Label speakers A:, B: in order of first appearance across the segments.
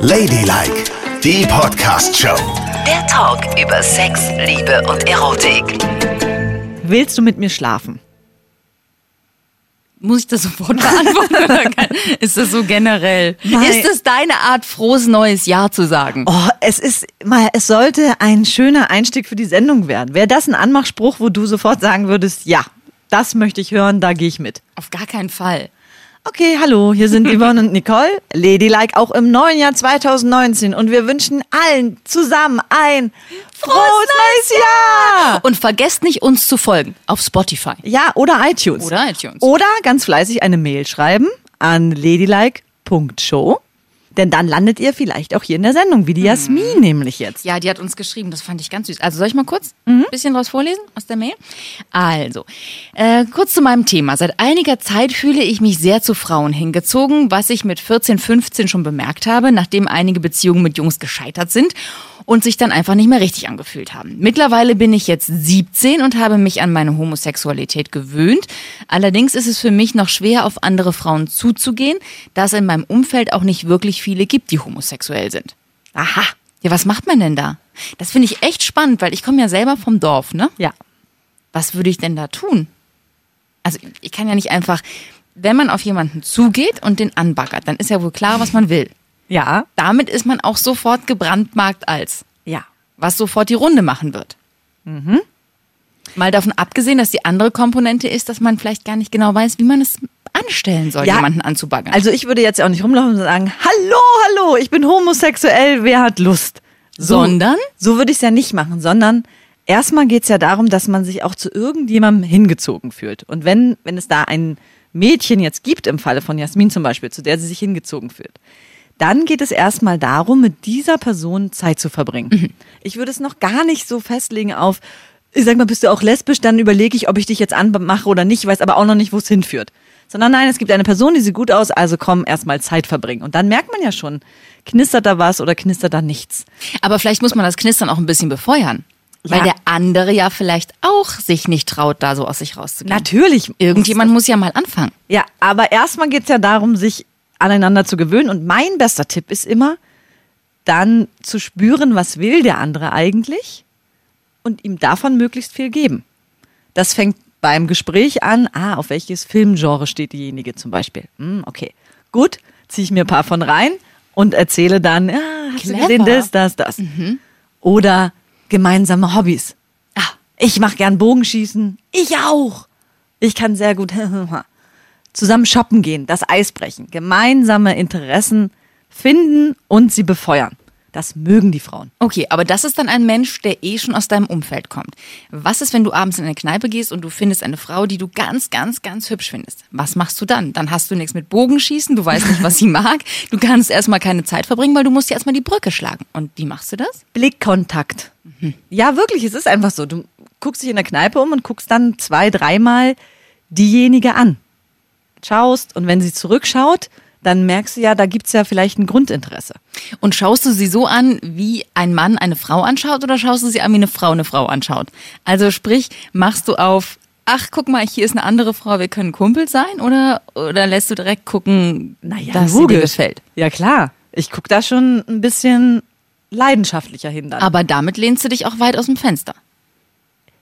A: Ladylike, die Podcast-Show.
B: Der Talk über Sex, Liebe und Erotik.
C: Willst du mit mir schlafen?
D: Muss ich das sofort beantworten? oder kann- ist das so generell?
C: Mei.
D: Ist das deine Art, frohes neues Jahr zu sagen?
C: Oh, es ist mal, es sollte ein schöner Einstieg für die Sendung werden. Wäre das ein Anmachspruch, wo du sofort sagen würdest, ja, das möchte ich hören, da gehe ich mit.
D: Auf gar keinen Fall.
C: Okay, hallo, hier sind Yvonne und Nicole, Ladylike auch im neuen Jahr 2019 und wir wünschen allen zusammen ein frohes neues Jahr!
D: Und vergesst nicht, uns zu folgen auf Spotify.
C: Ja, oder iTunes.
D: Oder iTunes.
C: Oder ganz fleißig eine Mail schreiben an ladylike.show, denn dann landet ihr vielleicht auch hier in der Sendung, wie die
D: Mhm.
C: Jasmin nämlich jetzt.
D: Ja, die hat uns geschrieben, das fand ich ganz süß. Also soll ich mal kurz ein bisschen was vorlesen aus der Mail? Also, äh, kurz zu meinem Thema. Seit einiger Zeit fühle ich mich sehr zu Frauen hingezogen, was ich mit 14, 15 schon bemerkt habe, nachdem einige Beziehungen mit Jungs gescheitert sind und sich dann einfach nicht mehr richtig angefühlt haben. Mittlerweile bin ich jetzt 17 und habe mich an meine Homosexualität gewöhnt. Allerdings ist es für mich noch schwer, auf andere Frauen zuzugehen, da es in meinem Umfeld auch nicht wirklich viele gibt, die homosexuell sind.
C: Aha.
D: Ja, was macht man denn da? Das finde ich echt spannend, weil ich komme ja selber vom Dorf, ne?
C: Ja.
D: Was würde ich denn da tun? Also ich kann ja nicht einfach, wenn man auf jemanden zugeht und den anbaggert, dann ist ja wohl klar, was man will.
C: Ja.
D: Damit ist man auch sofort gebrandmarkt als,
C: Ja.
D: was sofort die Runde machen wird. Mal davon abgesehen, dass die andere Komponente ist, dass man vielleicht gar nicht genau weiß, wie man es anstellen soll,
C: Ja.
D: jemanden anzubaggern.
C: Also ich würde jetzt ja auch nicht rumlaufen und sagen, hallo, hallo, ich bin homosexuell, wer hat Lust?
D: Sondern?
C: So würde ich es ja nicht machen, sondern erstmal geht es ja darum, dass man sich auch zu irgendjemandem hingezogen fühlt. Und wenn, wenn es da ein Mädchen jetzt gibt, im Falle von Jasmin zum Beispiel, zu der sie sich hingezogen fühlt, dann geht es erstmal darum, mit dieser Person Zeit zu verbringen. Ich würde es noch gar nicht so festlegen auf, ich sag mal, bist du auch lesbisch, dann überlege ich, ob ich dich jetzt anmache oder nicht, weiß aber auch noch nicht, wo es hinführt. Sondern nein, es gibt eine Person, die sieht gut aus, also komm, erstmal Zeit verbringen. Und dann merkt man ja schon, knistert da was oder knistert da nichts.
D: Aber vielleicht muss man das Knistern auch ein bisschen befeuern. Weil
C: Ja.
D: der andere ja vielleicht auch sich nicht traut, da so aus sich rauszugehen.
C: Natürlich.
D: Irgendjemand muss ja mal anfangen.
C: Hm. Ja, aber erstmal geht's ja darum, sich aneinander zu gewöhnen. Und mein bester Tipp ist immer, dann zu spüren, was will der andere eigentlich und ihm davon möglichst viel geben. Das fängt beim Gespräch an. Ah, auf welches Filmgenre steht diejenige zum Beispiel? Hm, okay, gut, ziehe ich mir ein paar von rein und erzähle dann, ah, hast du
D: Clever.
C: gesehen, das, das, das. Oder gemeinsame Hobbys. Ah, ich mache gern Bogenschießen. Ich auch. Ich kann sehr gut zusammen shoppen gehen, das Eis brechen, gemeinsame Interessen finden und sie befeuern. Das mögen die Frauen.
D: Okay, aber das ist dann ein Mensch, der eh schon aus deinem Umfeld kommt. Was ist, wenn du abends in eine Kneipe gehst und du findest eine Frau, die du ganz, ganz, ganz hübsch findest? Was machst du dann? Dann hast du nichts mit Bogenschießen, du weißt nicht, was sie mag. Du kannst erstmal keine Zeit verbringen, weil du musst ja erstmal die Brücke schlagen. Und wie machst du das?
C: Blickkontakt. Ja, wirklich, es ist einfach so. Du guckst dich in der Kneipe um und guckst dann zwei, dreimal diejenige an. Schaust und wenn sie zurückschaut, dann merkst du ja, da gibt es ja vielleicht ein Grundinteresse.
D: Und schaust du sie so an, wie ein Mann eine Frau anschaut oder schaust du sie an, wie eine Frau eine Frau anschaut? Also sprich, machst du auf, ach guck mal, hier ist eine andere Frau, wir können Kumpel sein oder, oder lässt du direkt gucken, dass sie dir
C: logisch.
D: gefällt?
C: Ja, klar. Ich gucke da schon ein bisschen leidenschaftlicher hin dann.
D: Aber damit lehnst du dich auch weit aus dem Fenster.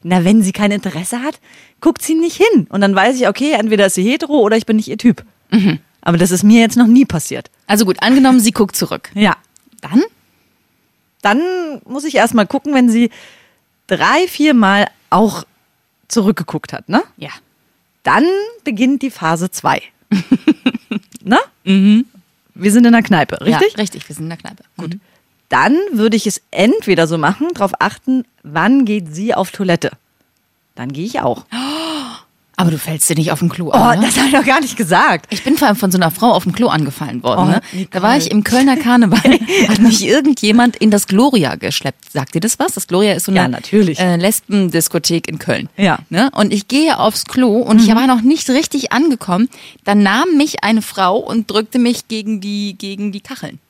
C: Na, wenn sie kein Interesse hat, guckt sie nicht hin. Und dann weiß ich, okay, entweder ist sie hetero oder ich bin nicht ihr Typ. Aber das ist mir jetzt noch nie passiert.
D: Also gut, angenommen, sie guckt zurück.
C: Ja.
D: Dann?
C: Dann muss ich erstmal gucken, wenn sie drei, vier Mal auch zurückgeguckt hat, ne?
D: Ja.
C: Dann beginnt die Phase 2. ne? Wir sind in der Kneipe, richtig?
D: Ja, richtig, Mhm. wir sind in der Kneipe. Gut.
C: Dann würde ich es entweder so machen, darauf achten, wann geht sie auf Toilette. Dann gehe ich auch.
D: Aber du fällst dir nicht auf dem Klo
C: Oh,
D: an, ne?
C: das habe ich noch gar nicht gesagt.
D: Ich bin vor allem von so einer Frau auf dem Klo angefallen worden.
C: Oh,
D: ne? Da
C: Nicole.
D: war ich im Kölner Karneval. hat mich irgendjemand in das Gloria geschleppt. Sagt ihr das was? Das Gloria ist so eine
C: Ja, natürlich.
D: Äh, Lesbendiskothek in Köln.
C: Ja. Mhm.
D: Ne? Und ich gehe aufs Klo und ich war noch nicht richtig angekommen. Dann nahm mich eine Frau und drückte mich gegen die, gegen die Kacheln.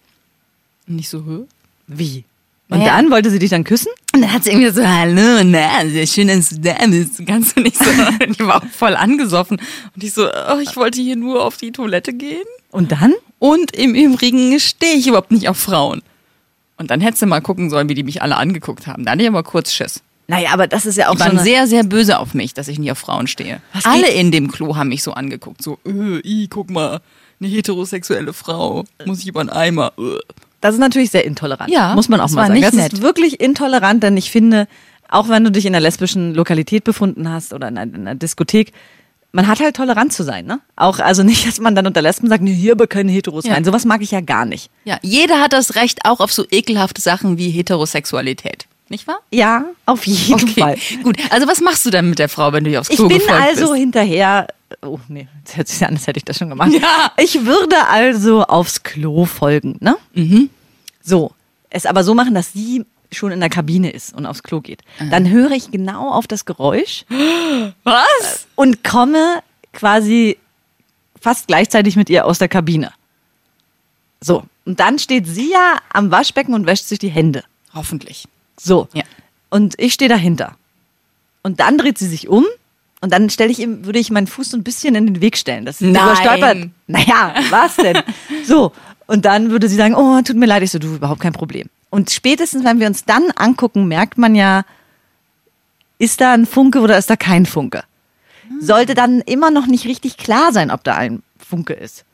D: Und ich so, hä?
C: Wie? Und
D: Ja.
C: dann wollte sie dich dann küssen?
D: Und dann hat sie irgendwie so, hallo, na, sehr schön, dass du da bist. Kannst du nicht so. Und ich war auch voll angesoffen. Und ich so, oh, ich wollte hier nur auf die Toilette gehen.
C: Und dann?
D: Und im Übrigen stehe ich überhaupt nicht auf Frauen. Und dann hättest du mal gucken sollen, wie die mich alle angeguckt haben. Da hatte ich aber kurz Schiss.
C: Naja, aber das ist ja auch
D: Die
C: so
D: waren
C: eine,
D: sehr, sehr böse auf mich, dass ich nie auf Frauen stehe.
C: Was
D: alle
C: geht?
D: in dem Klo haben mich so angeguckt. So, äh, i, guck mal, eine heterosexuelle Frau. Muss ich über einen Eimer. Äh.
C: das ist natürlich sehr intolerant.
D: Ja,
C: muss man auch
D: das
C: mal
D: war
C: sagen.
D: nicht
C: das ist
D: nett.
C: wirklich intolerant, denn ich finde, auch wenn du dich in einer lesbischen Lokalität befunden hast oder in einer, in einer Diskothek, man hat halt tolerant zu sein, ne? Auch also nicht, dass man dann unter Lesben sagt, nee, hier aber keine Heteros
D: Ja.
C: rein. Sowas mag ich ja gar nicht.
D: Ja, jeder hat das Recht auch auf so ekelhafte Sachen wie Heterosexualität. Nicht wahr?
C: Ja, auf jeden Fall.
D: Gut, also was machst du dann mit der Frau, wenn du ihr aufs
C: Ich
D: Klo
C: bin
D: gefolgt
C: also
D: bist?
C: hinterher. Oh nee, jetzt hört sich an, als hätte ich das schon gemacht.
D: Ja.
C: Ich würde also aufs Klo folgen, ne? So, es aber so machen, dass sie schon in der Kabine ist und aufs Klo geht. Dann höre ich genau auf das Geräusch
D: Was?
C: und komme quasi fast gleichzeitig mit ihr aus der Kabine. So, und dann steht sie ja am Waschbecken und wäscht sich die Hände.
D: Äh, Hoffentlich.
C: So.
D: Ja.
C: Und ich stehe dahinter. Und dann dreht sie sich um und dann stelle ich ihm, würde ich meinen Fuß so ein bisschen in den Weg stellen. Das
D: Nein.
C: überstolpert. Naja, was denn? so. Und dann würde sie sagen, oh, tut mir leid. Ich so, du, überhaupt kein Problem. Und spätestens, wenn wir uns dann angucken, merkt man ja, ist da ein Funke oder ist da kein Funke?
D: Ah.
C: Sollte dann immer noch nicht richtig klar sein, ob da ein Funke ist.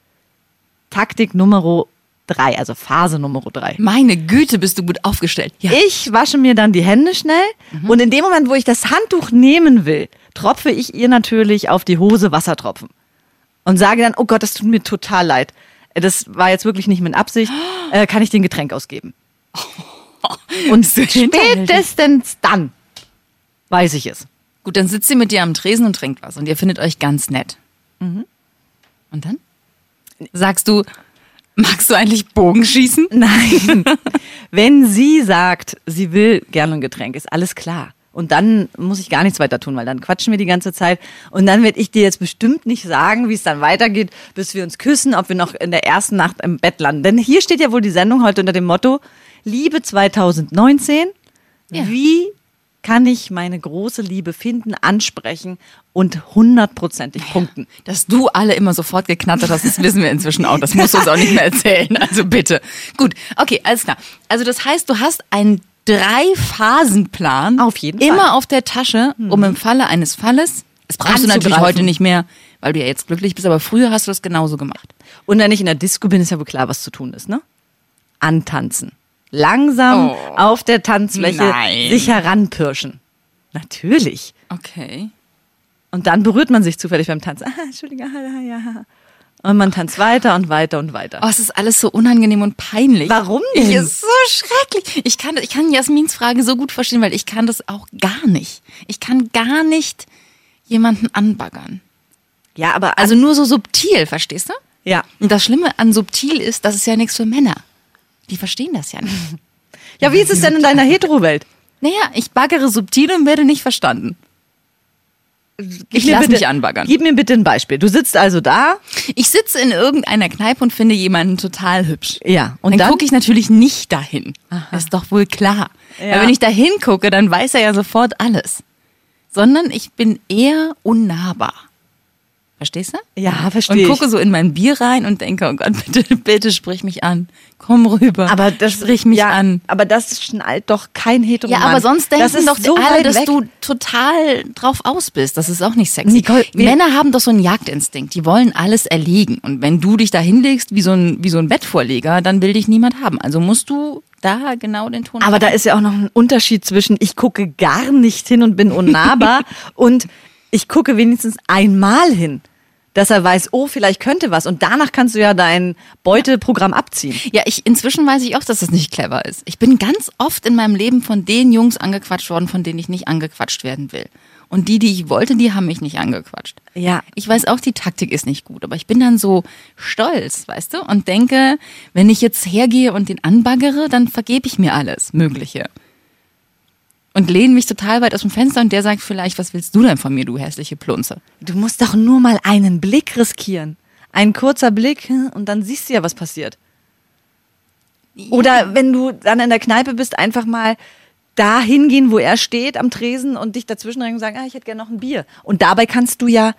C: Taktik Nummer drei, also Phase Nummer drei.
D: Meine Güte, bist du gut aufgestellt. Ja.
C: Ich wasche mir dann die Hände schnell und in dem Moment, wo ich das Handtuch nehmen will, tropfe ich ihr natürlich auf die Hose Wassertropfen und sage dann, oh Gott, das tut mir total leid. Äh, Das war jetzt wirklich nicht mit Absicht. Äh, kann ich den Getränk ausgeben? Und
D: Äh, Bist du hinterhältig?
C: spätestens dann weiß ich es.
D: Gut, dann sitzt sie mit dir am Tresen und trinkt was und ihr findet euch ganz nett.
C: Mhm.
D: Und dann? Sagst du, magst du eigentlich Bogenschießen?
C: Nein. Wenn sie sagt, sie will gerne ein Getränk, ist alles klar. Und dann muss ich gar nichts weiter tun, weil dann quatschen wir die ganze Zeit. Und dann werde ich dir jetzt bestimmt nicht sagen, wie es dann weitergeht, bis wir uns küssen, ob wir noch in der ersten Nacht im Bett landen. Denn hier steht ja wohl die Sendung heute unter dem Motto, Liebe 2019,
D: Ja.
C: wie kann ich meine große Liebe finden, ansprechen und hundertprozentig punkten?
D: Dass du alle immer sofort geknattert hast, das wissen wir inzwischen auch. Das musst du uns auch nicht mehr erzählen. Also bitte. Gut, okay, alles klar. Also das heißt, du hast einen Drei-Phasen-Plan.
C: Auf jeden Fall. Hm.
D: Immer auf der Tasche, um im Falle eines Falles. Das brauchst du natürlich
C: Anzugreifen.
D: heute nicht mehr, weil du ja jetzt glücklich bist, aber früher hast du das genauso gemacht.
C: Und wenn ich in der Disco bin, ist ja wohl klar, was zu tun ist, ne? Antanzen. Langsam
D: Oh.
C: auf der Tanzfläche
D: Nein.
C: sich heranpirschen. Natürlich.
D: Okay.
C: Und dann berührt man sich zufällig beim Tanz. Ah, Entschuldige, ah, ja, ja. Und man tanzt weiter und weiter und weiter.
D: Oh, es ist alles so unangenehm und peinlich.
C: Warum
D: Ich,
C: denn?
D: ist so schrecklich. Ich kann, ich kann Jasmins Frage so gut verstehen, weil ich kann das auch gar nicht. Ich kann gar nicht jemanden anbaggern.
C: Ja, aber also,
D: Also nur so subtil, verstehst du?
C: ja.
D: Und das Schlimme an subtil ist, das ist ja nichts für Männer. Die verstehen das ja nicht.
C: Ja, wie ist es denn in deiner Hetero-Welt?
D: Naja, ich baggere subtil und werde nicht verstanden. Ich
C: mir
D: lass
C: bitte-
D: mich anbaggern.
C: Gib mir bitte ein Beispiel. Du sitzt also da.
D: Ich sitze in irgendeiner Kneipe und finde jemanden total hübsch.
C: Ja,
D: Und
C: und
D: dann,
C: dann?
D: gucke ich natürlich nicht dahin. Ist doch wohl klar.
C: Ja.
D: Weil wenn ich dahin gucke, dann weiß er ja sofort alles. Sondern ich bin eher unnahbar. Verstehst du?
C: Ja, verstehe
D: Und
C: ich.
D: gucke so in mein Bier rein und denke, oh Gott, bitte, bitte sprich mich an. Komm rüber.
C: Aber das
D: sprich mich
C: ja,
D: an.
C: Aber das schnallt doch kein hetero
D: Ja,
C: Oh Mann.
D: aber sonst denken
C: das ist
D: doch
C: so
D: alle,
C: weit
D: dass
C: weg.
D: du total drauf aus bist. Das ist auch nicht sexy.
C: Nicole, wir-
D: Männer haben doch so einen Jagdinstinkt. Die wollen alles erlegen. Und wenn du dich da hinlegst wie so ein, wie so ein Bettvorleger, dann will dich niemand haben. Also musst du da genau den Ton
C: Aber da ist ja auch noch ein Unterschied zwischen ich gucke gar nicht hin und bin unnahbar und ich gucke wenigstens einmal hin, dass er weiß, oh, vielleicht könnte was und danach kannst du ja dein Beuteprogramm abziehen.
D: Ja, ich inzwischen weiß ich auch, dass das nicht clever ist. Ich bin ganz oft in meinem Leben von den Jungs angequatscht worden, von denen ich nicht angequatscht werden will. Und die, die ich wollte, die haben mich nicht angequatscht.
C: Ja.
D: Ich weiß auch, die Taktik ist nicht gut, aber ich bin dann so stolz, weißt du, und denke, wenn ich jetzt hergehe und den anbaggere, dann vergebe ich mir alles Mögliche. Und lehne mich total weit aus dem Fenster und der sagt vielleicht, was willst du denn von mir, du hässliche Plunze?
C: Du musst doch nur mal einen Blick riskieren. Ein kurzer Blick hm, und dann siehst du ja, was passiert. Oder wenn du dann in der Kneipe bist, einfach mal da hingehen, wo er steht am Tresen und dich dazwischen rein und sagen, ah, ich hätte gerne noch ein Bier. Und dabei kannst du ja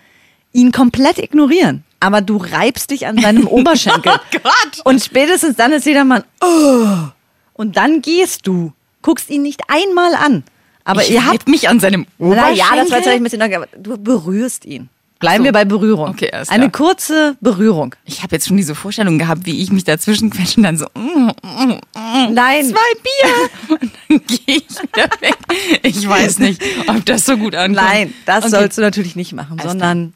C: ihn komplett ignorieren. Aber du reibst dich an seinem Oberschenkel.
D: Oh Gott!
C: Und spätestens dann ist jedermann, oh! Und dann gehst du, guckst ihn nicht einmal an. Aber
D: ich
C: ihr habt
D: reibe mich an seinem
C: na
D: Oberschenkel.
C: ja, das war jetzt vielleicht ein bisschen lang, aber du berührst ihn. Bleiben
D: Ach so.
C: wir bei Berührung.
D: Okay, alles
C: Eine
D: klar.
C: kurze Berührung.
D: Ich habe jetzt schon diese Vorstellung gehabt, wie ich mich dazwischen quetsche und dann so, mm, mm, mm,
C: Nein.
D: zwei Bier. und dann gehe ich wieder weg. Ich weiß nicht, ob das so gut ankommt.
C: Nein, das
D: Okay.
C: sollst du natürlich nicht machen,
D: Alles
C: sondern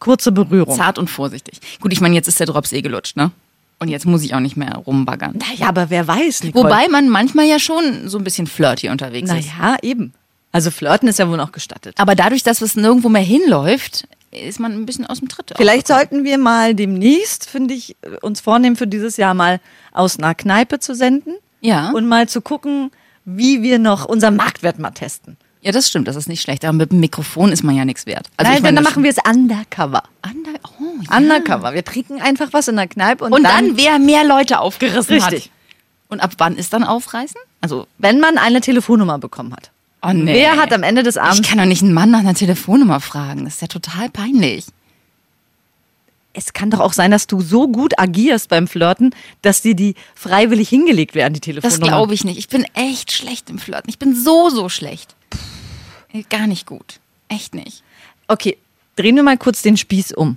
C: kurze Berührung.
D: Zart und vorsichtig. Gut, ich meine, jetzt ist der Drops eh gelutscht, ne? Und jetzt muss ich auch nicht mehr rumbaggern.
C: Naja, aber wer weiß, Nicole.
D: Wobei man manchmal ja schon so ein bisschen flirty unterwegs ist.
C: Naja, eben. Also flirten ist ja wohl noch gestattet.
D: Aber dadurch, dass es nirgendwo mehr hinläuft, ist man ein bisschen aus dem Tritt. auch.
C: Vielleicht sollten wir mal demnächst, finde ich, äh, uns vornehmen für dieses Jahr mal aus einer Kneipe zu senden.
D: Ja.
C: Und mal zu gucken, wie wir noch unseren Marktwert mal testen.
D: Ja, das stimmt, das ist nicht schlecht. Aber mit dem Mikrofon ist man ja nichts wert.
C: Also Nein,
D: ich meine,
C: wenn, dann
D: das-
C: machen wir es undercover.
D: Ander oh, ja.
C: Undercover. Wir trinken einfach was in der Kneipe und,
D: Und dann, wer mehr Leute aufgerissen
C: Richtig.
D: hat. Und ab wann ist dann Aufreißen? Also,
C: wenn man eine Telefonnummer bekommen hat.
D: oh nee.
C: Wer hat am Ende des
D: Ich
C: Abends.
D: kann doch nicht einen Mann nach einer Telefonnummer fragen. Das ist ja total peinlich.
C: Es kann doch auch sein, dass du so gut agierst beim Flirten, dass dir die freiwillig hingelegt werden, die
D: Das
C: Telefonnummer.
D: glaube ich nicht. Ich bin echt schlecht im Flirten. Ich bin so, so schlecht. Äh, Gar nicht gut. Echt nicht.
C: Okay, drehen wir mal kurz den Spieß um.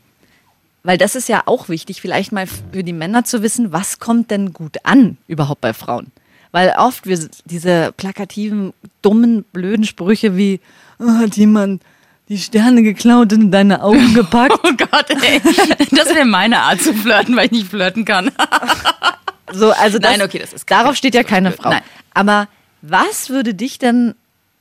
C: Weil das ist ja auch wichtig, vielleicht mal für die Männer zu wissen, was kommt denn gut an überhaupt bei Frauen? Weil oft wir diese plakativen, dummen, blöden Sprüche wie, oh, hat jemand die Sterne geklaut und in deine Augen gepackt.
D: Oh Gott, ey. Das wäre meine Art zu flirten, weil ich nicht flirten kann.
C: So, also das,
D: Nein, okay, das ist
C: darauf
D: Quatsch.
C: steht ja
D: Das ist
C: keine
D: blöd.
C: Frau.
D: Nein.
C: Aber was würde dich denn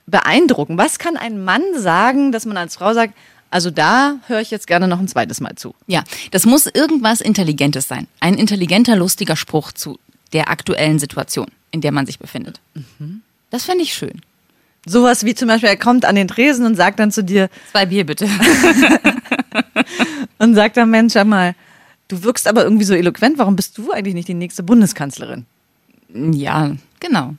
C: beeindrucken? Was kann ein Mann sagen, dass man als Frau sagt, also da höre ich jetzt gerne noch ein zweites Mal zu?
D: Ja, das muss irgendwas Intelligentes sein. Ein intelligenter, lustiger Spruch zu der aktuellen Situation, in der man sich befindet. Das fände ich schön.
C: Sowas wie zum Beispiel, er kommt an den Tresen und sagt dann zu dir
D: Zwei Bier bitte.
C: und sagt dann, Mensch, sag mal, du wirkst aber irgendwie so eloquent, warum bist du eigentlich nicht die nächste Bundeskanzlerin?
D: Ja, genau.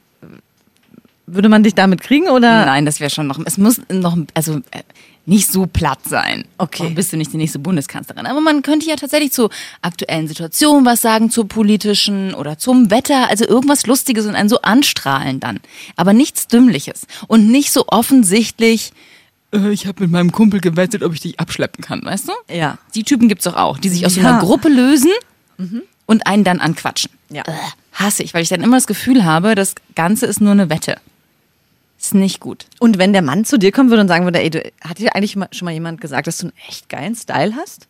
C: Würde man dich damit kriegen oder?
D: Nein, das wäre schon noch. Es muss noch, also äh, nicht so platt sein.
C: Okay.
D: Warum bist du nicht die nächste Bundeskanzlerin? Aber man könnte ja tatsächlich zur aktuellen Situation was sagen, zur politischen oder zum Wetter. Also irgendwas Lustiges und einen so anstrahlen dann. Aber nichts Dümmliches. Und nicht so offensichtlich, äh, ich habe mit meinem Kumpel gewettet, ob ich dich abschleppen kann, weißt du?
C: Ja.
D: Die Typen gibt's doch auch, die sich aus so
C: Ja.
D: einer Gruppe lösen und einen dann anquatschen.
C: Ja.
D: Äh, hasse ich, weil ich dann immer das Gefühl habe, das Ganze ist nur eine Wette. Ist nicht gut.
C: Und wenn der Mann zu dir kommen würde und sagen würde, ey, du, hat dir eigentlich mal- schon mal jemand gesagt, dass du einen echt geilen Style hast?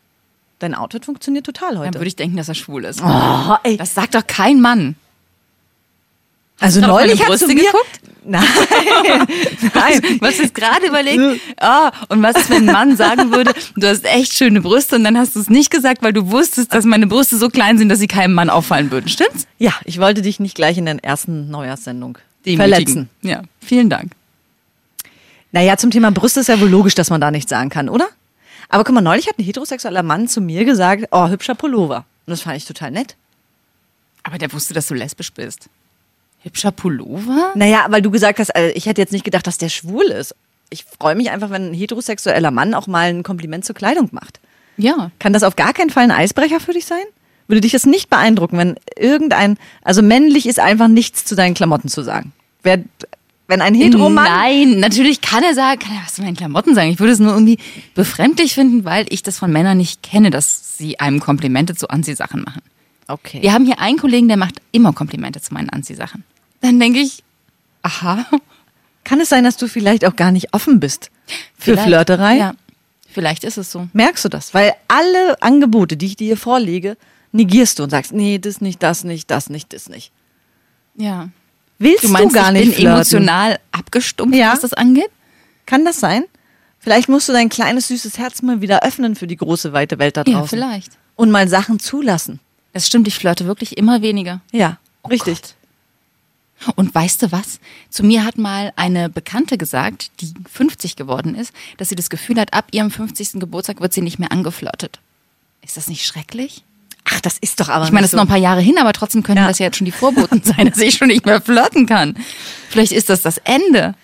C: Dein Outfit funktioniert total
D: Dann würde
C: heute.
D: ich denken, dass er schwul ist.
C: Oh, ey.
D: Das sagt doch kein Mann.
C: Also
D: Hast du auf
C: neulich
D: meine
C: hat zu
D: Brüste
C: mir
D: geguckt?
C: Nein, Also, nein.
D: Was ist gerade überlegt? Ah, und was ist, wenn ein Mann sagen würde, du hast echt schöne Brüste und dann hast du es nicht gesagt, weil du wusstest, dass meine Brüste so klein sind, dass sie keinem Mann auffallen würden. Stimmt's?
C: Ja, ich wollte dich nicht gleich in der ersten Neujahrssendung verletzen.
D: Demütigen. Ja, vielen Dank.
C: Naja, zum Thema Brüste ist ja wohl logisch, dass man da nichts sagen kann, oder? Aber guck mal, neulich hat ein heterosexueller Mann zu mir gesagt, oh, hübscher Pullover. Und das fand ich total nett.
D: Aber der wusste, dass du lesbisch bist. Hübscher Pullover?
C: Naja, weil du gesagt hast, also ich hätte jetzt nicht gedacht, dass der schwul ist. Ich freue mich einfach, wenn ein heterosexueller Mann auch mal ein Kompliment zur Kleidung macht.
D: Ja.
C: Kann das auf gar keinen Fall ein Eisbrecher für dich sein? Würde dich das nicht beeindrucken, wenn irgendein, also männlich ist einfach nichts zu deinen Klamotten zu sagen. Wer, wenn ein Heteromann
D: Nein, natürlich kann er sagen, kann er was zu meinen Klamotten sagen. Ich würde es nur irgendwie befremdlich finden, weil ich das von Männern nicht kenne, dass sie einem Komplimente zu Anziehsachen machen.
C: Okay.
D: Wir haben hier einen Kollegen, der macht immer Komplimente zu meinen Anziehsachen. Dann denke ich, aha.
C: Kann es sein, dass du vielleicht auch gar nicht offen bist für
D: vielleicht-
C: Flirterei?
D: Ja, vielleicht ist es so.
C: Merkst du das? Weil alle Angebote, die ich dir hier vorlege, negierst du und sagst, nee, das nicht, das nicht, das nicht, das nicht.
D: Ja.
C: Willst
D: Du
C: du,
D: meinst,
C: gar
D: ich
C: nicht
D: bin
C: flirten?
D: emotional abgestumpft,
C: Ja.
D: was das angeht?
C: Kann das sein? Vielleicht musst du dein kleines süßes Herz mal wieder öffnen für die große weite Welt da
D: Ja,
C: draußen.
D: vielleicht.
C: Und mal Sachen zulassen.
D: Das stimmt, ich flirte wirklich immer weniger.
C: Ja,
D: Oh
C: richtig.
D: Gott. Und weißt du was? Zu mir hat mal eine Bekannte gesagt, die 50 geworden ist, dass sie das Gefühl hat, ab ihrem 50. Geburtstag wird sie nicht mehr angeflirtet. Ist das nicht schrecklich?
C: Ach, das ist doch aber
D: Ich meine, das
C: nicht
D: ist noch ein paar Jahre hin, aber trotzdem können
C: Ja.
D: das ja jetzt schon die Vorboten sein, dass ich schon nicht mehr flirten kann. Vielleicht ist das das Ende.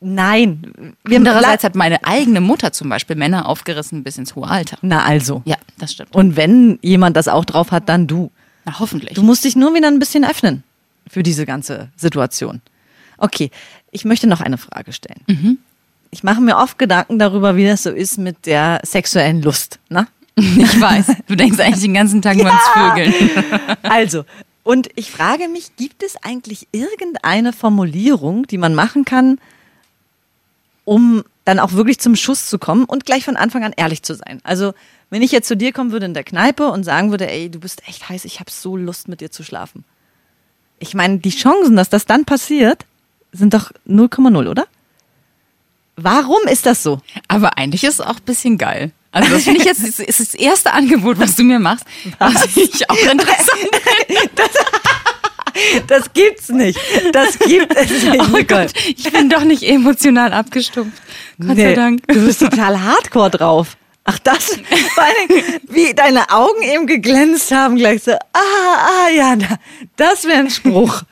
C: Nein. Wir
D: Andererseits hat meine eigene Mutter zum Beispiel Männer aufgerissen bis ins hohe Alter.
C: Na also.
D: Ja, das stimmt.
C: Und wenn jemand das auch drauf hat, dann du.
D: Na, hoffentlich.
C: Du musst dich nur wieder ein bisschen öffnen für diese ganze Situation. Okay, ich möchte noch eine Frage stellen.
D: Mhm.
C: Ich mache mir oft Gedanken darüber, wie das so ist mit der sexuellen Lust. Ne?
D: ich weiß. Du denkst eigentlich den ganzen Tag nur ans Vögeln.
C: Also, und ich frage mich, gibt es eigentlich irgendeine Formulierung, die man machen kann, um dann auch wirklich zum Schuss zu kommen und gleich von Anfang an ehrlich zu sein? Also, wenn ich jetzt zu dir kommen würde in der Kneipe und sagen würde, ey, du bist echt heiß, ich habe so Lust mit dir zu schlafen. Ich meine, die Chancen, dass das dann passiert, sind doch 0,0, oder? Warum ist das so?
D: Aber eigentlich ist es auch ein bisschen geil. Also das finde ich jetzt ist, ist das erste Angebot, was du mir machst, was, ich auch interessant
C: Das gibt's nicht. Das gibt es nicht.
D: Oh Gott, ich bin doch nicht emotional abgestumpft. Gott sei
C: Nee,
D: Dank.
C: Du bist total hardcore drauf. Ach, das, vor allen Dingen, wie deine Augen eben geglänzt haben, gleich so, ah, ah, ja, da, das wäre ein Spruch.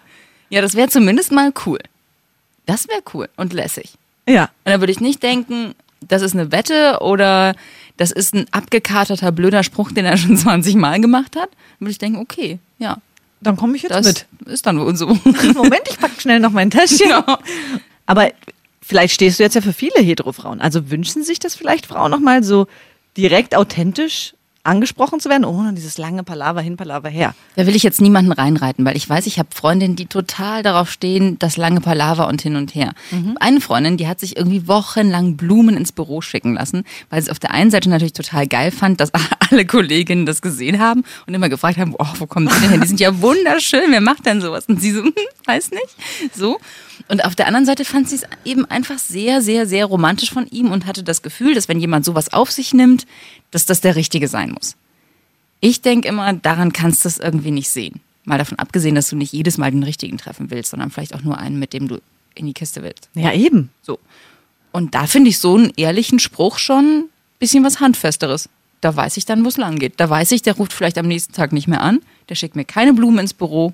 D: Ja, das wäre zumindest mal cool. Das wäre cool und lässig.
C: Ja.
D: Und da würde ich nicht denken, das ist eine Wette oder das ist ein abgekaterter blöder Spruch, den er schon 20 Mal gemacht hat. Dann würde ich denken, okay, ja,
C: Dann komme ich jetzt
D: das
C: mit.
D: ist dann wohl so.
C: Moment, ich packe schnell noch mein Täschchen.
D: Genau.
C: Aber vielleicht stehst du jetzt ja für viele Hetero-Frauen. Also wünschen sich das vielleicht Frauen nochmal so direkt authentisch angesprochen zu werden, ohne dieses lange Palaver hin, Palaver her.
D: Da will ich jetzt niemanden reinreiten, weil ich weiß, ich habe Freundinnen, die total darauf stehen, das lange Palaver und hin und her. Ich hab Eine Freundin, die hat sich irgendwie wochenlang Blumen ins Büro schicken lassen, weil sie es auf der einen Seite natürlich total geil fand, dass alle Kolleginnen das gesehen haben und immer gefragt haben, oh, wo kommen die denn her? Die sind ja wunderschön, wer macht denn sowas? Und sie so, hm, weiß nicht, so. Und auf der anderen Seite fand sie es eben einfach sehr, sehr, sehr romantisch von ihm und hatte das Gefühl, dass wenn jemand sowas auf sich nimmt, dass das der Richtige sein muss. Ich denke immer, daran kannst du es irgendwie nicht sehen. Mal davon abgesehen, dass du nicht jedes Mal den richtigen treffen willst, sondern vielleicht auch nur einen, mit dem du in die Kiste willst.
C: Ja, eben.
D: So. Und da finde ich so einen ehrlichen Spruch schon ein bisschen was Handfesteres. Da weiß ich dann, wo es lang geht. Da weiß ich, der ruft vielleicht am nächsten Tag nicht mehr an. Der schickt mir keine Blumen ins Büro.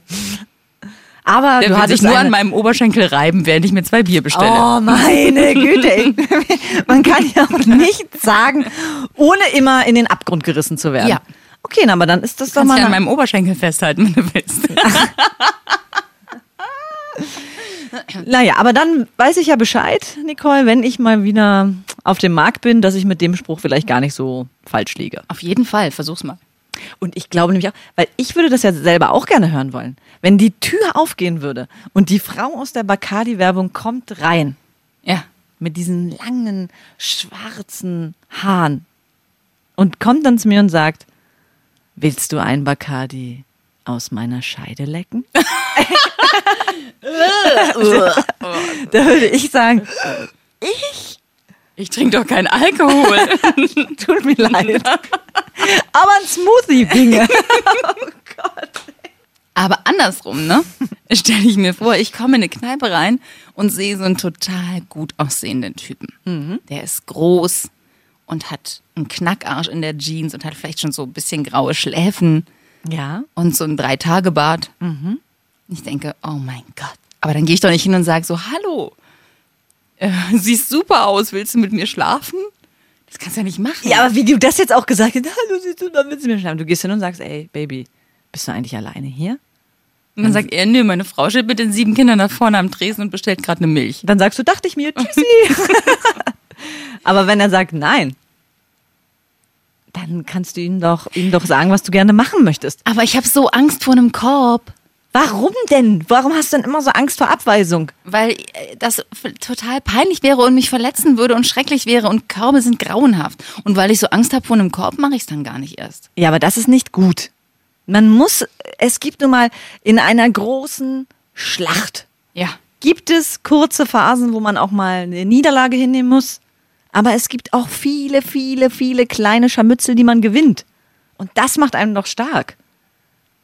C: Aber
D: Der will
C: du
D: sich
C: hattest
D: nur
C: eine-
D: an meinem Oberschenkel reiben, während ich mir zwei Bier bestelle.
C: Oh, meine Güte. ey. Man kann ja auch nichts sagen, ohne immer in den Abgrund gerissen zu werden.
D: Ja.
C: Okay, na, aber dann ist das doch
D: Kannst
C: mal.
D: du an
C: eine-
D: meinem Oberschenkel festhalten, wenn du willst.
C: Naja, aber dann weiß ich ja Bescheid, Nicole, wenn ich mal wieder auf dem Markt bin, dass ich mit dem Spruch vielleicht gar nicht so falsch liege.
D: Auf jeden Fall, versuch's mal.
C: Und ich glaube nämlich auch, weil ich würde das ja selber auch gerne hören wollen. Wenn die Tür aufgehen würde und die Frau aus der Bacardi-Werbung kommt rein
D: Ja.
C: mit diesen langen, schwarzen Haaren und kommt dann zu mir und sagt, willst du ein Bacardi aus meiner Scheide lecken? da würde ich sagen,
D: Ich trinke doch keinen Alkohol.
C: tut mir leid. Aber ein Smoothie ginge.
D: Aber andersrum, ne? Stelle ich mir vor, ich komme in eine Kneipe rein und sehe so einen total gut aussehenden Typen.
C: Mhm.
D: Der ist groß und hat einen Knackarsch in der Jeans und hat vielleicht schon so ein bisschen graue Schläfen
C: Ja.
D: und so einen Drei-Tage-Bart.
C: Mhm.
D: Ich denke, oh mein Gott. Aber dann gehe ich doch nicht hin und sage so, hallo, äh, siehst super aus, willst du mit mir schlafen? Das kannst du ja nicht machen.
C: Ja, aber wie du das jetzt auch gesagt hast, hallo, siehst du, dann willst du mir schreiben. Du gehst hin und sagst, ey, Baby, bist du eigentlich alleine hier?
D: und dann sagt er, nö, meine Frau steht mit den sieben Kindern da vorne am Tresen und bestellt gerade eine Milch.
C: Dann sagst du, dachte ich mir, tschüssi. aber wenn er sagt nein, dann kannst du ihm doch, ihm doch sagen, was du gerne machen möchtest.
D: Aber ich habe so Angst vor einem Korb.
C: Warum denn? Warum hast du denn immer so Angst vor Abweisung?
D: Weil äh, das f- total peinlich wäre und mich verletzen würde und schrecklich wäre und Körbe sind grauenhaft. Und weil ich so Angst habe vor einem Korb, mache ich es dann gar nicht erst.
C: Ja, aber das ist nicht gut. Man muss, es gibt nun mal in einer großen Schlacht
D: Ja.
C: gibt es kurze Phasen, wo man auch mal eine Niederlage hinnehmen muss. Aber es gibt auch viele, viele, viele kleine Scharmützel, die man gewinnt. Und das macht einem doch stark.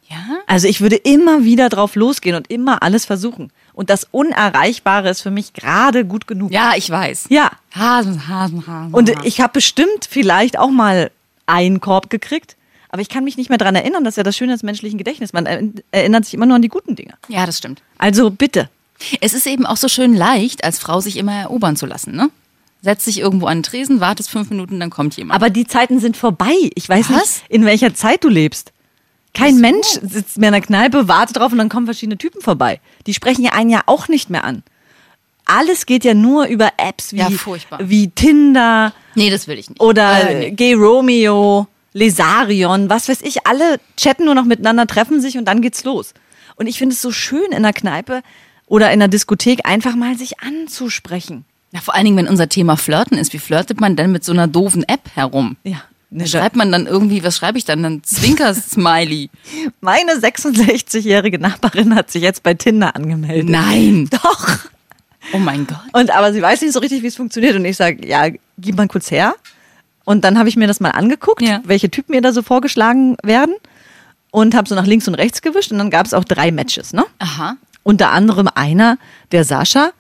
D: Ja?
C: Also ich würde immer wieder drauf losgehen und immer alles versuchen. Und das Unerreichbare ist für mich gerade gut genug.
D: Ja, ich weiß.
C: Ja.
D: Hasen, Hasen, Hasen.
C: Und
D: Hasen.
C: ich habe bestimmt vielleicht auch mal einen Korb gekriegt. Aber ich kann mich nicht mehr daran erinnern, das ist ja das Schöne des menschlichen Gedächtnisses. Man er- erinnert sich immer nur an die guten Dinge.
D: Ja, das stimmt.
C: Also bitte.
D: Es ist eben auch so schön leicht, als Frau sich immer erobern zu lassen, ne? Setzt dich irgendwo an den Tresen, wartest fünf Minuten, dann kommt jemand.
C: Aber die Zeiten sind vorbei. Ich weiß
D: Was?
C: nicht, in welcher Zeit du lebst. Kein Mensch sitzt mehr in der Kneipe, wartet drauf und dann kommen verschiedene Typen vorbei. Die sprechen ja einen ja auch nicht mehr an. Alles geht ja nur über Apps wie,
D: Ja, furchtbar.
C: wie Tinder
D: nee, das will ich nicht.
C: oder
D: Äh, nee.
C: Gay Romeo, Lesarion, was weiß ich. Alle chatten nur noch miteinander, treffen sich und dann geht's los. Und ich finde es so schön in der Kneipe oder in der Diskothek einfach mal sich anzusprechen.
D: Na, vor allen Dingen, wenn unser Thema Flirten ist, wie flirtet man denn mit so einer doofen App herum?
C: Ja,
D: Da Ne, schreibt man dann irgendwie, was schreibe ich dann? Dann Zwinker-Smiley.
C: Meine 66-jährige Nachbarin hat sich jetzt bei Tinder angemeldet.
D: Nein.
C: Doch.
D: Oh mein Gott.
C: Und aber sie weiß nicht so richtig, wie es funktioniert. Und ich sage, ja, gib mal kurz her. Und dann habe ich mir das mal angeguckt,
D: Ja.
C: welche Typen mir da so vorgeschlagen werden. Und habe so nach links und rechts gewischt. Und dann gab es auch drei Matches, ne?
D: Aha.
C: Unter anderem einer, der Sascha.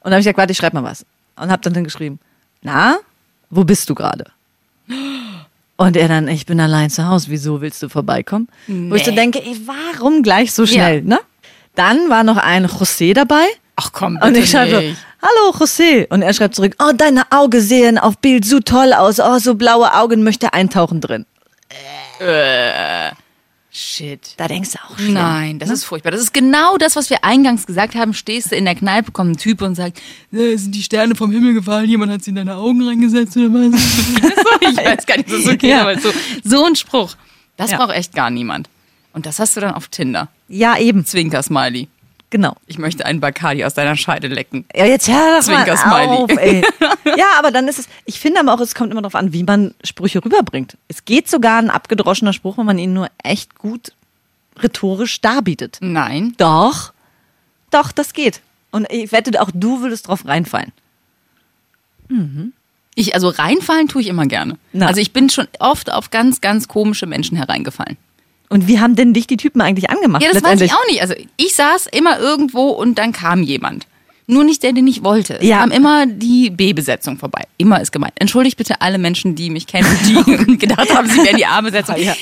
C: Und dann habe ich gesagt, warte, ich schreibe mal was. Und habe dann, dann geschrieben, na, wo bist du gerade? Und er dann, ich bin allein zu Hause, wieso willst du vorbeikommen? Wo ich so
D: Nee.
C: denke, ey, warum gleich so schnell, ne? Dann war noch ein José dabei.
D: Ach komm, bitte
C: Und ich schreibe,
D: nicht.
C: hallo José. Und er schreibt zurück, oh, deine Augen sehen auf Bild so toll aus. Oh, so blaue Augen möchte eintauchen drin.
D: Shit.
C: Da denkst du auch schon.
D: Nein, das ist furchtbar. Das ist genau das, was wir eingangs gesagt haben. Stehst du in der Kneipe, kommt ein Typ und sagt, "Äh, sind die Sterne vom Himmel gefallen, jemand hat sie in deine Augen reingesetzt oder was? ich weiß gar nicht, was okay
C: Ja.
D: aber so, so ein Spruch. Das
C: Ja.
D: braucht echt gar niemand. Und das hast du dann auf Tinder.
C: Ja, eben,
D: Zwinker-Smiley.
C: genau.
D: Ich möchte einen Bacardi aus deiner Scheide lecken.
C: Ja, jetzt hör doch mal
D: Zwinker-Smiley.
C: auf, ey. Ja, aber dann ist es, ich finde aber auch, es kommt immer darauf an, wie man Sprüche rüberbringt. Es geht sogar ein abgedroschener Spruch, wenn man ihn nur echt gut rhetorisch darbietet.
D: Nein.
C: Doch, doch, das geht. Und ich wette, auch du würdest drauf reinfallen.
D: Ich, also reinfallen tue ich immer gerne.
C: Na.
D: Also ich bin schon oft auf ganz, ganz komische Menschen hereingefallen.
C: Und wie haben denn dich die Typen eigentlich angemacht?
D: Ja, das weiß
C: letztendlich?
D: ich auch nicht. Also ich saß immer irgendwo und dann kam jemand. Nur nicht der, den ich wollte. Es
C: Ja.
D: kam immer die B-Besetzung vorbei. Immer ist gemeint. Entschuldigt bitte alle Menschen, die mich kennen und die gedacht haben, sie wären die A-Besetzung.
C: Ja.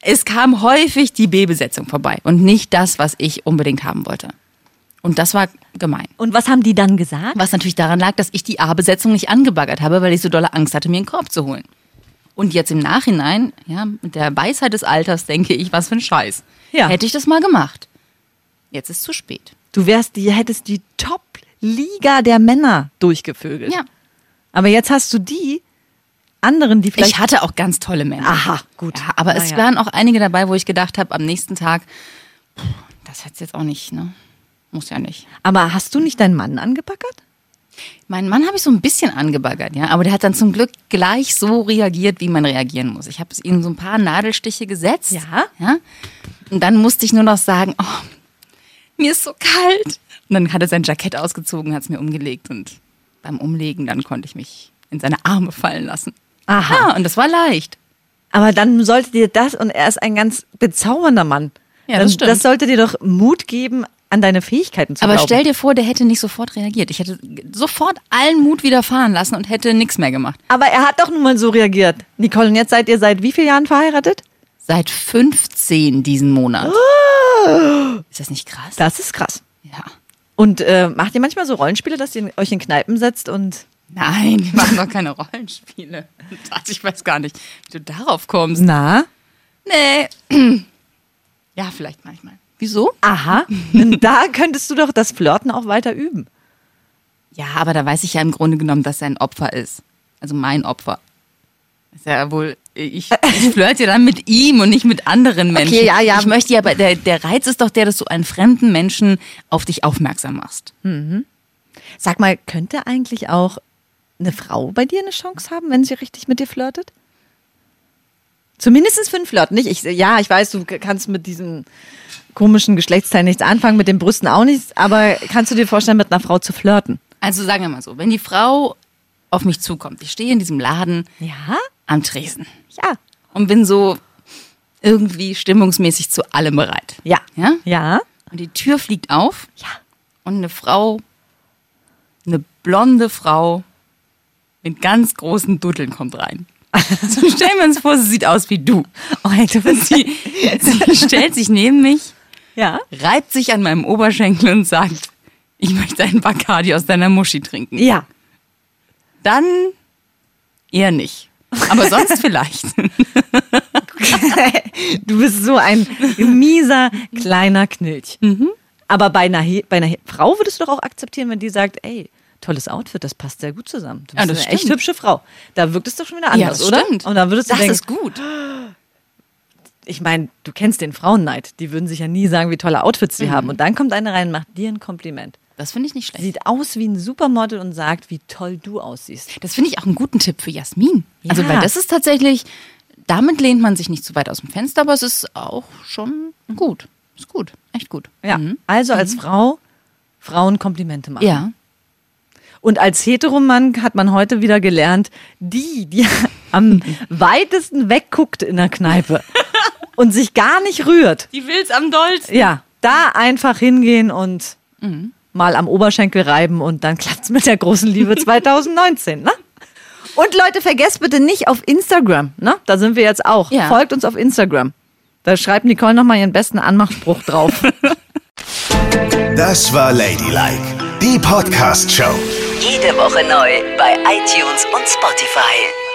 D: Es kam häufig die B-Besetzung vorbei und nicht das, was ich unbedingt haben wollte. Und das war gemein.
C: Und was haben die dann gesagt?
D: Was natürlich daran lag, dass ich die A-Besetzung nicht angebaggert habe, weil ich so dolle Angst hatte, mir einen Korb zu holen. Und jetzt im Nachhinein, ja, mit der Weisheit des Alters denke ich, was für ein Scheiß.
C: Ja.
D: Hätte ich das mal gemacht. Jetzt ist zu spät.
C: Du wärst, die hättest die Top-Liga der Männer durchgevögelt.
D: Ja.
C: Aber jetzt hast du die anderen, die vielleicht.
D: Ich hatte auch ganz tolle Männer.
C: Aha, gut.
D: Ja, aber es
C: Naja.
D: waren auch einige dabei, wo ich gedacht habe, am nächsten Tag, puh, das hat's jetzt auch nicht, ne? Muss ja nicht.
C: aber hast du nicht deinen Mann angepackert?
D: Meinen Mann habe ich so ein bisschen angebaggert, ja, aber der hat dann zum Glück gleich so reagiert, wie man reagieren muss. Ich habe es ihm so ein paar Nadelstiche gesetzt.
C: Ja.
D: ja. Und dann musste ich nur noch sagen, oh, mir ist so kalt. Und dann hat er sein Jackett ausgezogen, hat es mir umgelegt und beim Umlegen dann konnte ich mich in seine Arme fallen lassen.
C: Aha.
D: Ja, und das war leicht.
C: Aber dann sollte dir das, und er ist ein ganz bezaubernder Mann.
D: Ja,
C: dann,
D: das stimmt.
C: Das sollte dir doch Mut geben, an deine Fähigkeiten zu
D: Aber
C: glauben.
D: stell dir vor, der hätte nicht sofort reagiert. Ich hätte sofort allen Mut wieder fahren lassen und hätte nichts mehr gemacht.
C: aber er hat doch nun mal so reagiert. Nicole, und jetzt seid ihr seit wie vielen Jahren verheiratet?
D: Seit 15 diesen Monat. Ist das nicht krass?
C: Das ist krass.
D: Ja.
C: Und äh, macht ihr manchmal so Rollenspiele, dass ihr euch in Kneipen setzt und
D: Nein, wir machen doch keine Rollenspiele. Also ich weiß gar nicht, wie du darauf kommst.
C: na?
D: Nee. Ja, vielleicht manchmal. Wieso?
C: Aha, denn da könntest du doch das Flirten auch weiter üben.
D: Ja, aber da weiß ich ja im Grunde genommen, dass er ein Opfer ist. Also mein Opfer. Ist ja wohl, ich, ich flirte ja dann mit ihm und nicht mit anderen Menschen.
C: ja, ja.
D: Ich möchte ja, aber der, der Reiz ist doch der, dass du einen fremden Menschen auf dich aufmerksam machst.
C: Sag mal, könnte eigentlich auch eine Frau bei dir eine Chance haben, wenn sie richtig mit dir flirtet? Zumindest für einen Flirt, nicht? Ich, ja, ich weiß, du kannst mit diesem komischen Geschlechtsteil nichts anfangen, mit den Brüsten auch nichts, aber kannst du dir vorstellen, mit einer Frau zu flirten?
D: Also sagen wir mal so, wenn die Frau auf mich zukommt, ich stehe in diesem Laden
C: Ja?
D: am Tresen
C: Ja.
D: und bin so irgendwie stimmungsmäßig zu allem bereit.
C: Ja.
D: Ja?
C: Ja?
D: Und die Tür fliegt auf
C: Ja.
D: und eine Frau, eine blonde Frau mit ganz großen Dutteln kommt rein. So stellen wir uns vor, sie sieht aus wie du.
C: Oh, hey, du bist
D: Sie, sie stellt sich neben mich,
C: Ja.
D: reibt sich an meinem Oberschenkel und sagt, ich möchte einen Bacardi aus deiner Muschi trinken.
C: Ja.
D: Dann eher nicht. Aber sonst vielleicht.
C: Du bist so ein mieser, kleiner Knilch.
D: Mhm.
C: Aber bei einer, He- bei einer He- Frau würdest du doch auch akzeptieren, wenn die sagt, ey, tolles Outfit, das passt sehr gut zusammen. Du bist
D: Ja, das
C: eine echt
D: stimmt.
C: hübsche Frau. Da wirkt es doch schon wieder anders, oder? Und dann würdest du
D: das
C: denken,
D: ist gut.
C: ich meine, du kennst den Frauenneid. Die würden sich ja nie sagen, wie tolle Outfits
D: Mhm.
C: sie haben. Und dann kommt eine rein und macht dir ein Kompliment.
D: Das finde ich nicht schlecht.
C: Sieht aus wie ein Supermodel und sagt, wie toll du aussiehst.
D: Das finde ich auch einen guten Tipp für Jasmin. Also,
C: Ja.
D: weil das ist tatsächlich, damit lehnt man sich nicht zu weit aus dem Fenster, aber es ist auch schon gut. Ist gut, echt gut.
C: Ja.
D: Mhm.
C: Also als Frau Frauen Komplimente machen.
D: Ja.
C: Und als Heteromann hat man heute wieder gelernt, die, die am weitesten wegguckt in der Kneipe und sich gar nicht rührt,
D: Die will's am dollsten.
C: ja, da einfach hingehen und mal am Oberschenkel reiben und dann klappt's mit der großen Liebe 2019, ne? Und Leute, vergesst bitte nicht auf Instagram, ne? Da sind wir jetzt auch.
D: Ja.
C: Folgt uns auf Instagram. Da schreibt Nicole nochmal ihren besten Anmachspruch drauf.
A: Das war Ladylike, die Podcast-Show.
B: Jede Woche neu bei iTunes und Spotify.